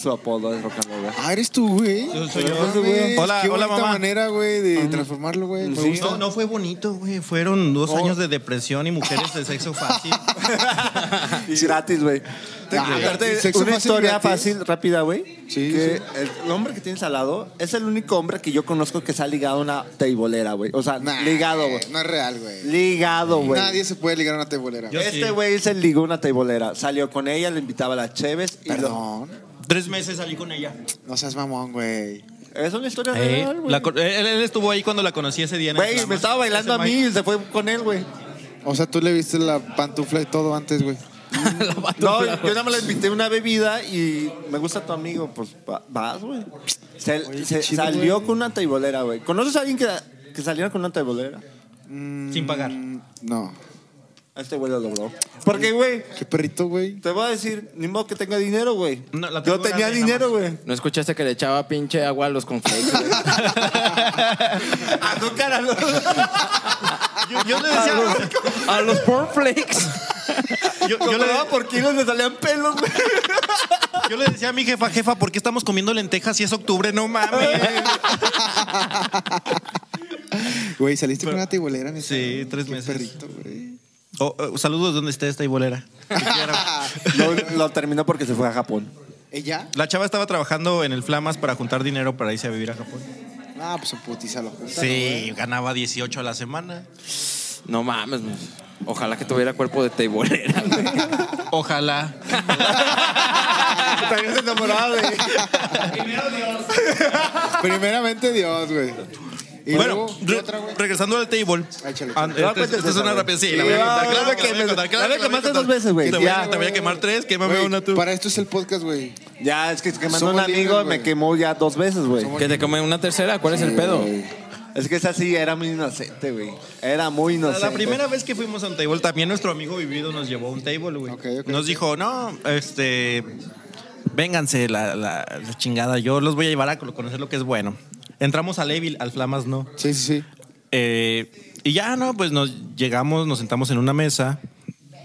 su apodo es Rock and Lover. Ah, eres tú, güey. soy yo. No mames, Hola, Qué hola, bonita mamá. manera, güey, de transformarlo, güey. Me Sí. gusta. No, no fue bonito, güey. Fueron dos años de depresión y mujeres de sexo fácil. Y gratis, güey. Tengo que Ah, contarte ¿sexo una fácil historia gratis? fácil, rápida, güey. Sí, Que sí. El hombre que tienes al lado es el único hombre que yo conozco que se ha ligado a una teibolera, güey. O sea, Nah, ligado, güey, güey. No es real, güey. Ligado, güey. Nadie se puede ligar a una tebolera. Yo- Este sí. güey se ligó a una teibolera. Salió con ella, le invitaba a las cheves. Y lo... Perdón. Tres meses salí con ella. No seas mamón, güey. Es una historia Eh, real, güey. la co- él, él estuvo ahí cuando la conocí ese día. en el Güey, programa. me estaba bailando a Ese mí Mike. y se fue con él, güey. O sea, tú le viste la pantufla y todo antes, güey. No, yo nada más le invité una bebida y me gusta tu amigo, pues va- vas, güey. Se, Oye, qué se chido, salió güey. con una teibolera, güey. ¿Conoces a alguien que, que saliera con una teibolera? Sin pagar. Mm, No. A este güey lo logró. Porque, güey, Qué perrito, güey. te voy a decir, ni modo que tenga dinero, güey. No, la yo tengo tenía grande, dinero, nada güey. ¿No escuchaste que le echaba pinche agua a los conflictos? Azúcar a los- Ah, Yo, yo le decía, a los cornflakes. yo- yo Yo le le, daba por kilos, le salían pelos, güey. yo le decía a mi jefa, jefa, ¿por qué estamos comiendo lentejas si es octubre? No mames. Güey, saliste con una tebolera, neta. Sí, tres Qué meses. perrito, güey. Oh, oh, saludos donde esté esta bolera. Lo, lo terminó porque se fue a Japón. ¿Ella? La chava estaba trabajando en el Flamas para juntar dinero para irse a vivir a Japón. Ah, pues putiza lo juntan, güey. Sí, ganaba 18 a la semana. No mames, güey. Ojalá que tuviera cuerpo de teibolera. güey. Ojalá. También se enamoraba de. Primeramente Dios, güey. Y bueno, luego, ¿qué re- otra, güey? regresando al table. Ah, échale. Ah, No, esta- cuéntese, esta es una güey. rápida. Sí, Sí, la voy a va, contar. Claro va, que que la voy a me- contar. Claro la que la voy a quemaste contar. dos veces, güey. Te voy a- Ya. te voy a quemar tres, quémame Güey, una tú. Para esto es el podcast, güey. Ya, es que es que mandó Somos un amigo libres, me güey. quemó ya dos veces, güey. ¿Que te come una tercera? ¿Cuál es el pedo? Es que esa sí era muy inocente, güey. Era muy La- inocente. La primera vez que fuimos a un table, también nuestro amigo vivido nos llevó a un table, güey. Ok, ok, nos ok. dijo, no, este, vénganse la, la- la chingada, yo los voy a llevar a conocer lo que es bueno. Entramos al Evil, al Flamas no. Sí, sí, sí. Eh, y ya, no, pues nos llegamos, nos sentamos en una mesa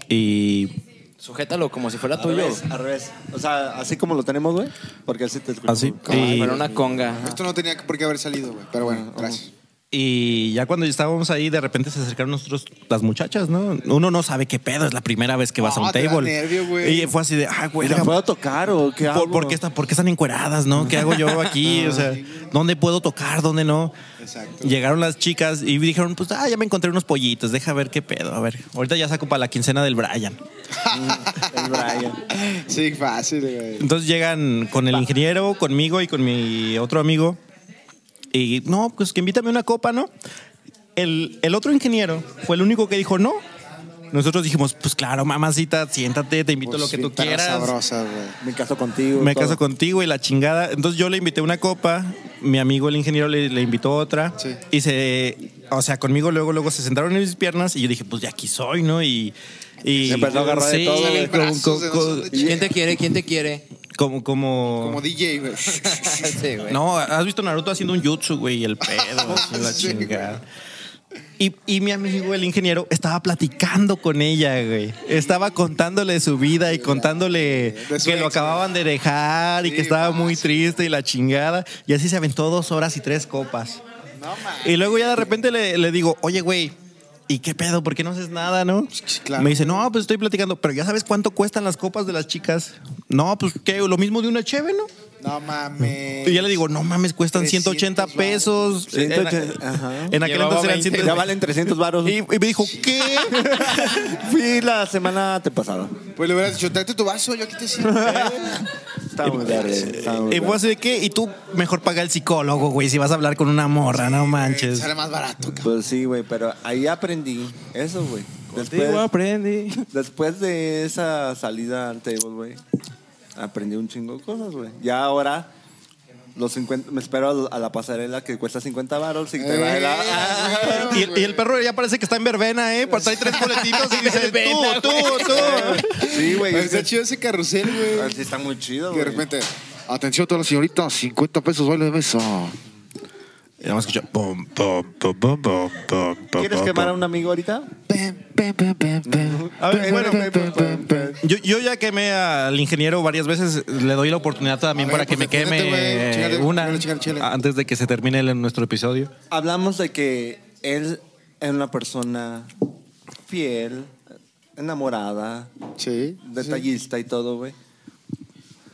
y... Sujétalo como si fuera Al tuyo. revés, al revés. O sea, así como lo tenemos, güey. Porque así te escucho. Así. Como si Y- fuera una conga. Esto no tenía por qué haber salido, güey. Pero bueno, gracias. Y ya cuando estábamos ahí, de repente se acercaron nosotros, las muchachas, ¿no? Uno no sabe qué pedo, es la primera vez que vas a Ah, un te da table. nervio, güey. y fue así de, ah, güey, ¿La puedo tocar o qué hago? ¿Por, por qué está- por qué están encueradas, no? ¿Qué hago yo aquí? O sea, ¿dónde puedo tocar? ¿Dónde no? Exacto. Llegaron las chicas y dijeron, pues, ah, ya me encontré unos pollitos, deja ver qué pedo. A ver, ahorita ya saco para la quincena del Brian. El Brian. Sí, fácil, güey. Entonces llegan con el ingeniero, conmigo y con mi otro amigo. Y, no, pues que invítame una copa, ¿no? El, el otro ingeniero fue el único que dijo no. Nosotros dijimos, pues claro, mamacita, siéntate, te invito Pues, a lo que bien tú perra quieras. sabrosa, güey. Me caso contigo. Me todo. caso contigo y la chingada. Entonces yo le invité una copa, mi amigo el ingeniero le, le invitó otra Sí. y se o sea, conmigo luego, luego se sentaron en mis piernas y yo dije, pues de aquí soy, ¿no? Y. y Se empezó a agarrar de todo, güey. Como, Brazos de como- nosotros. ¿Quién te quiere? ¿Quién te quiere? como- como- Como DJ, güey. sí, güey. No, has visto Naruto haciendo un jutsu, güey, y el pedo, así, la Sí, chingada. Y, y mi amigo, el ingeniero, estaba platicando con ella, güey. Estaba contándole su vida y contándole De su que lo ex, acababan de dejar y que estaba muy triste y la chingada. Y así se aventó dos horas y tres copas. Y luego ya de repente le, le digo, oye, güey, ¿y qué pedo? ¿Por qué no haces nada, no? sí, claro. Me dice, no, pues estoy platicando. Pero ya sabes cuánto cuestan las copas de las chicas. No, pues qué, lo mismo de una cheve, ¿no? No mames. Y ya le digo, no mames, cuestan 180 300 pesos. 180, en, ajá. en Llevaba aquel entonces eran 20. 100. Ya valen 300 varos. Y, y me dijo, ¿qué? Fui la semana antepasada. Pues le hubieras dicho, tráete tu vaso, yo aquí te sirvo. Eh, Está muy verga, está muy Y fue verga. así de qué, y tú mejor paga el psicólogo, güey, si vas a hablar con una morra, no manches. Sale más barato, cabrón. Pues sí, güey, pero ahí aprendí eso, güey. Después, aprendí. ah. después de esa salida al table, güey, aprendí un chingo de cosas, güey. Ya ahora los 50, me espero al- a la pasarela que cuesta 50 varos y te va Eh, el... güey. Y, el- y el perro ya parece que está en verbena, ¿eh? Pues trae tres boletitos y dice, tú, tú, tú. Sí, güey. Pero Está ese- chido ese carrusel, güey. Sí, está muy chido, Y de güey. repente, atención todas las señoritas, 50 pesos baile de mesa. Y nada más escucho, pum, ¿Quieres quemar a un amigo ahorita? A ver, bueno, yo, yo ya quemé al ingeniero varias veces, le doy la oportunidad también A para ver, que me pues, queme defiéndete, güey. Chíngale, una chíngale, chíngale, chíngale. antes de que se termine el- nuestro episodio. Hablamos de que él es una persona fiel, enamorada, Sí. detallista y todo, güey.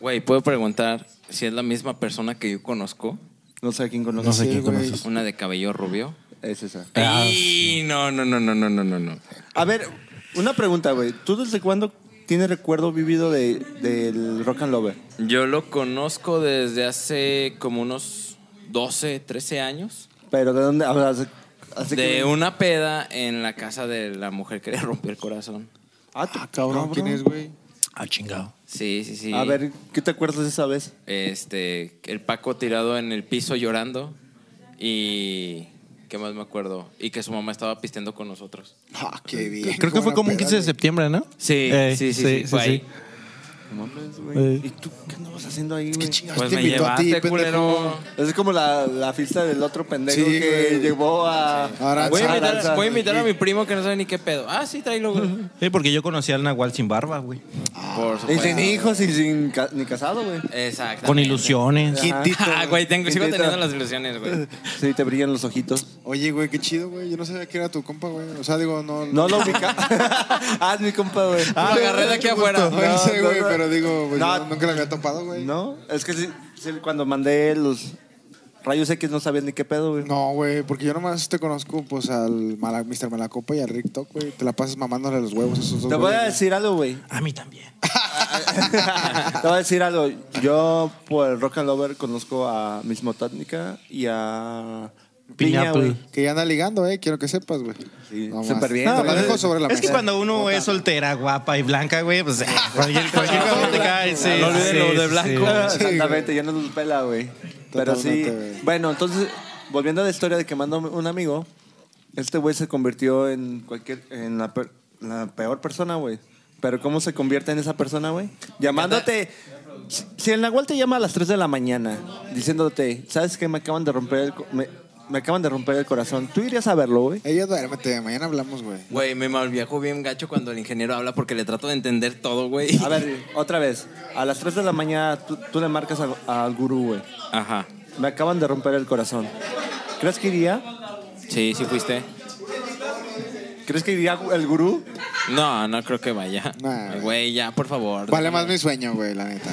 Güey, ¿puedo preguntar si es la misma persona que yo conozco? No sé a quién conoces. No sé quién güey. conoces. Una de cabello rubio. Es esa. Ah, Y no, no, no, no, no, no, no, no. A ver, una pregunta, güey. ¿Tú desde cuándo tienes recuerdo vivido de, del Rock and Lover? Yo lo conozco desde hace como unos 12, 13 años. Pero ¿de dónde hablas? Así de que- una peda en la casa de la mujer que le rompió el corazón. Ah, tú- Cabrón, ¿quién es, güey? ah, chingado. Sí, sí, sí. A ver, ¿qué te acuerdas de esa vez? Este, el Paco tirado en el piso llorando y... ¿Qué más me acuerdo? Y que su mamá estaba pisteando con nosotros. Ah, qué bien. Creo que fue como un 15 de septiembre, ¿no? Sí, Eh, sí, sí, sí, fue ahí. No mames, güey. Eh. ¿Y tú qué andabas haciendo ahí, güey? Pues me llevaste, culero. Es como la, la fiesta del otro pendejo Sí, que güey. llevó a... Ahora, Voy Aranza, a invitar, Aranza. voy a, invitar a mi primo que no sabe ni qué pedo. Ah, sí, tráelo, güey. Sí, porque yo conocí al Nahual sin barba, güey. Por Y supuesto. sin hijos y sin ca- ni casado, güey. Exacto. Con ilusiones. Ah, güey, tengo, sigo Quintito. teniendo las ilusiones, güey. Sí, te brillan los ojitos. Oye, güey, qué chido, güey. Yo no sabía que era tu compa, güey. O sea, digo, no. No lo ubica. ah, es mi compa, güey. Lo agarré de aquí afuera. No, no sé, No, güey, no, no. pero digo, güey, No. yo nunca la había topado, güey. No, es que sí, sí, cuando mandé los rayos X no sabías ni qué pedo, güey. No, güey, porque yo nomás te conozco, pues, al Mala- Mr. Malacopa y al Rick Toc, güey. Te la pasas mamándole los huevos a esos dos Te voy a güeyes, decir algo, güey. A mí también. Te voy a decir algo. Yo por el Rock and Lover conozco a Miss Motánica y a Piña, Piña, güey. pues. güey. Que ya anda ligando, eh. Quiero que sepas, güey. Sí, Nomás. súper bien. Te No, la pero- dejo sobre la Es que mesa. cuando uno es soltera, guapa y blanca, güey, pues eh, cualquier, cualquier cosa te cae. Sí, No sí, olviden lo de sí. blanco. Sí, Exactamente, ya no nos pela, güey. Pero sí. Totalmente, güey. Bueno, entonces, volviendo a la historia de que mandó un amigo, este güey se convirtió en cualquier. en la, per- la peor persona, güey. Pero ¿cómo se convierte en esa persona, güey? Llamándote. Si si el Nahual te llama a las 3 de la mañana diciéndote, ¿sabes qué? Me acaban de romper el, co- me, me acaban de romper el corazón. ¿Tú irías a verlo, güey? Ella duérmete, mañana hablamos, güey. Güey, me malviajo bien gacho cuando el ingeniero habla porque le trato de entender todo, güey. A ver, otra vez. A las 3 de la mañana tú, tú le marcas al- al gurú, güey. Ajá. Me acaban de romper el corazón. ¿Crees que iría? Sí, sí fuiste. ¿Crees que iría el gurú? No, no creo que vaya. Nah. Güey, ya, por favor. Vale más mi sueño, güey, la neta.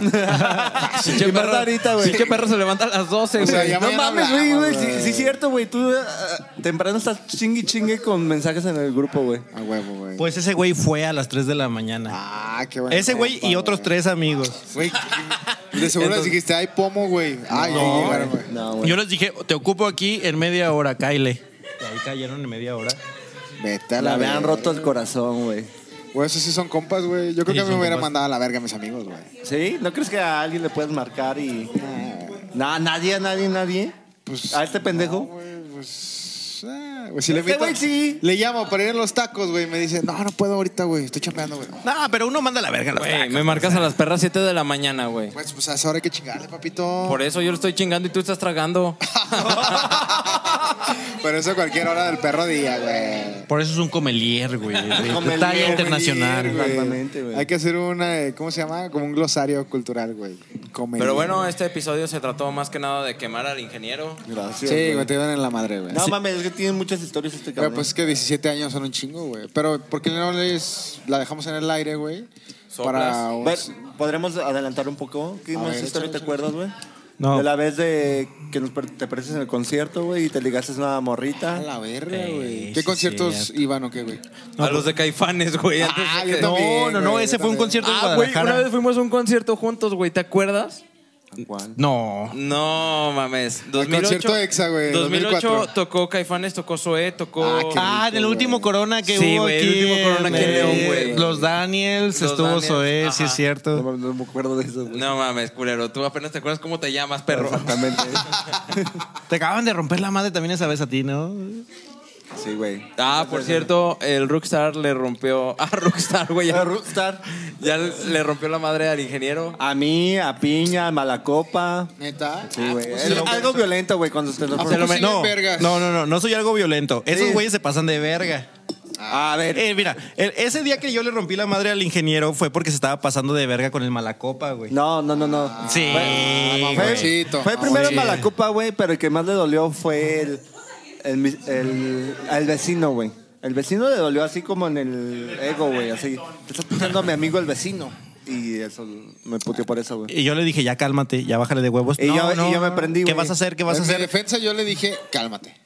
Pinche Y más perro- ahorita, güey. Pinche perro se levanta a las 12, O güey. sea, ya No mañana mames, güey, hablamos, güey. Sí, sí es cierto, güey. Tú ah, temprano estás chingui chingue con mensajes en el grupo, güey. A huevo, güey. Pues ese güey fue a las 3 de la mañana. Ah, qué bueno. Ese güey y otros tres amigos. Güey, de seguro les dijiste, ay, pomo, güey. Ay, ahí llegaron, güey. No, Yo güey. les dije, te ocupo aquí en media hora, Kyle. Y ahí cayeron en media hora. Vete a Le la habían verga. roto el corazón, güey. Güey, esos sí son compas, güey. Yo creo Sí, que me son hubiera compas. mandado a la verga a mis amigos, güey. ¿Sí? ¿No crees que a alguien le puedes marcar y...? Ah, Nah, nadie, nadie, nadie. Pues, ¿A este pendejo? güey, pues. ah, güey. Si le Este meto, güey sí. Le llamo para ir a los tacos, güey. Me dice, no, no puedo ahorita, güey. Estoy chambeando, güey. No, pero uno manda la verga a los Güey, tacos. me marcas a las perras 7 de la mañana, güey. Pues, pues a esa hora hay que chingarle, papito. Por eso yo lo estoy chingando y tú estás tragando. Ah, Pero eso a cualquier hora del perro día, güey. Por eso es un comelier, güey. de Comelier, Talla güey. internacional. Güey, Exactamente, güey. Hay que hacer una, eh, ¿cómo se llama? Como un glosario cultural, güey. Comedia. Pero bueno, este episodio se trató más que nada de quemar al ingeniero. Gracias. Sí, güey. güey, te dan en la madre, güey. No mames, es que tienen muchas historias este Pero cabrón. pues es que 17 años son un chingo, güey. Pero ¿por qué no les la dejamos en el aire, güey? Soplas. A un- ver, ¿podremos adelantar un poco? ¿Qué A más ver, historia échale, te échale. acuerdas, güey? No. De la vez de que nos per- te pareces en el concierto, güey, y te ligaste a una A morrita. la verga, Eh, güey. sí, ¿Qué conciertos cierto. iban o qué, güey? a los de Caifanes, güey. antes pues Ah, de yo que- también. No, no, no, güey, ese fue un también. concierto en Ah, güey, Guadalajara. una vez fuimos a un concierto juntos, güey. ¿Te acuerdas? ¿Cuál? No. No, mames. 2008, concierto EXA, güey, 2008 2004. tocó Caifanes, tocó Zoé, tocó... Ah, qué Ah, en el güey. último corona que Sí, hubo güey, el aquí. último Corona aquí en eh, León, güey. Los Daniels, Los estuvo Daniels, Zoé, ajá. sí es No, cierto. mames, no me acuerdo de eso, güey. No mames, culero. Tú apenas te acuerdas cómo te llamas, perro. Exactamente. Te acaban de romper la madre también esa vez a ti, ¿no? Sí, güey. Ah, por cierto, el Rockstar le rompió... Ah, Rockstar, güey. A Ya, Rockstar. ya le rompió la madre al ingeniero. A mí, a Piña, a Malacopa. ¿Neta? Sí, güey. Ah, Es pues, sí, algo violento, güey, cuando se lo ¿A poco ponen. sí? siguen no, vergas? no, no, no, no soy algo violento. Esos Sí. güeyes se pasan de verga. A ver. Eh, mira, el- ese día que yo le rompí la madre al ingeniero fue porque se estaba pasando de verga con el malacopa, güey. No, no, no, no. Sí. Fue, güey. Mamoncito. fue primero Sí. Malacopa, güey, pero el que más le dolió fue el, el, mi- el- al vecino, güey. El vecino le dolió así como en el ego, güey. Así, te estás puteando a mi amigo el vecino. Y eso, me puteó por eso, güey. Y yo le dije, ya cálmate, ya bájale de huevos. Y No, yo- y no, yo me no. prendí, ¿Qué güey. vas a hacer? ¿Qué vas a Ah, En mi hacer? defensa yo le dije, cálmate.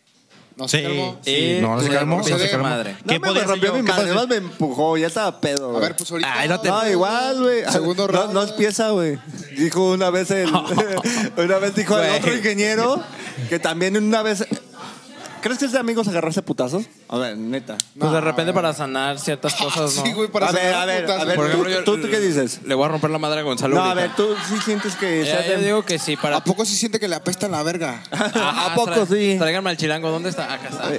No Sí, se calmó. sí, Eh, no, no se pues, calmó. rompió no su se calmó. madre. No, me, me podía rompió mi hacer yo? ¿Qué madre, podía más me empujó, ya estaba pedo, A güey. ver, pues ahorita. Ay, no te- No, igual, güey. Segundo no, round. no empieza, güey. Dijo una vez el. una vez dijo el Güey. otro ingeniero que también una vez. ¿Crees que ese amigo se agarró ese putazo? A ver, neta. Pues de repente para sanar ciertas cosas, ¿no? Sí, güey, para a ver, sacar a ver, putas, Ah, a ver. Por ¿tú, ejemplo, yo- tú- tú qué dices? Le voy a romper la madre a Gonzalo. No, a ahorita. ver, tú sí sientes que. Eh, sea yo de- digo ah, que sí, para. ¿A poco se siente que le apesta la verga? ¿A Ajá, poco tra- sí? Tráiganme al chilango, ¿dónde está? Acá está.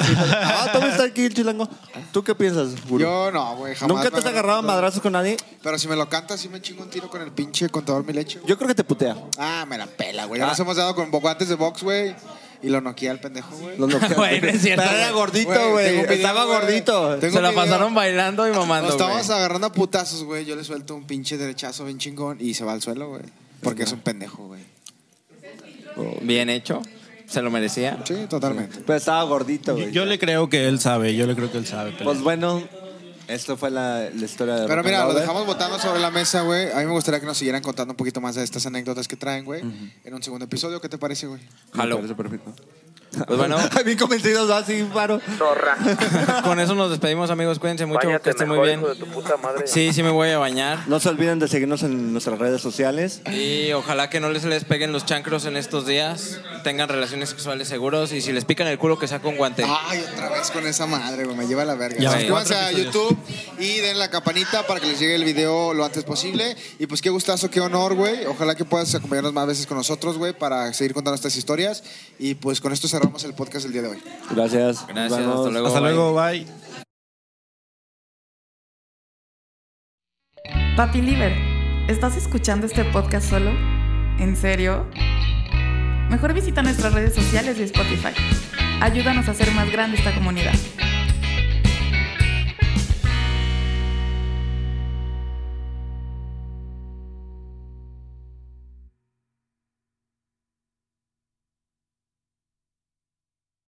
Ah, todavía está aquí el chilango. ¿Tú qué piensas, gurú? Yo no, güey, jamás. ¿Nunca te me has agarrado a madrazos con nadie? Pero si me lo cantas, sí me chingo un tiro con el pinche contador mi leche. güey. Yo creo que te putea. Ah, me la pela, güey. Ya nos hemos dado con guantes de box, güey. Y lo noquea el pendejo, güey. Los noqueas, Güey, no es cierto, Pero era güey. gordito, Güey, güey. tengo un video, Estaba güey. gordito. Tengo Se la un video. pasaron bailando y mamando. Nos estábamos güey. agarrando a putazos, güey. Yo le suelto un pinche derechazo bien chingón y se va al suelo, güey. Porque es un pendejo, güey. Bien hecho. Se lo merecía. Sí, totalmente. Pero estaba gordito, güey. Yo le creo que él sabe, yo le creo que él sabe. pero- Pues bueno, esto fue la, la historia de Pero Rock mira, and lo Lover. dejamos botando sobre la mesa, güey. A mí me gustaría que nos siguieran contando un poquito más de estas anécdotas que traen, güey. En un segundo episodio, ¿qué te parece, güey? Jalo. Me parece perfecto. Pues bueno, Ay, bien convencidos, así, paro. con eso nos despedimos, amigos. Cuídense mucho. Báñate Que estén muy mejor, bien. hijo de tu puta madre. Sí, sí me voy a bañar. No se olviden de seguirnos en nuestras redes sociales. Y ojalá que no les les peguen los chancros en estos días. Tengan relaciones sexuales seguros. Y si les pican el culo, que saquen guante. Ay, otra vez con esa madre, güey. Me lleva la verga. Ya, Suscríbanse güey. a YouTube y den la campanita para que les llegue el video lo antes posible. Y pues qué gustazo, qué honor, güey. Ojalá que puedas acompañarnos más veces con nosotros, güey, para seguir contando estas historias. Y pues con esto cerramos el podcast del día de hoy. Gracias. Nos Gracias. vemos. Hasta luego. Hasta bye. luego, eh. bye. Papi Liver, ¿estás escuchando este podcast solo? ¿En serio? Mejor visita nuestras redes sociales y Spotify. Ayúdanos a hacer más grande esta comunidad.